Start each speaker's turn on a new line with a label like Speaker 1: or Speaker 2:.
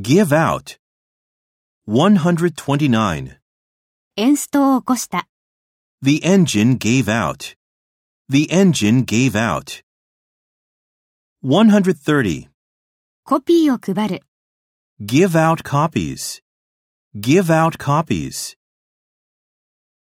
Speaker 1: Give out. 129.
Speaker 2: エンストを起こした。
Speaker 1: The engine gave out. The engine gave out. 130.
Speaker 2: コピーを配る。
Speaker 1: Give out copies. Give out copies.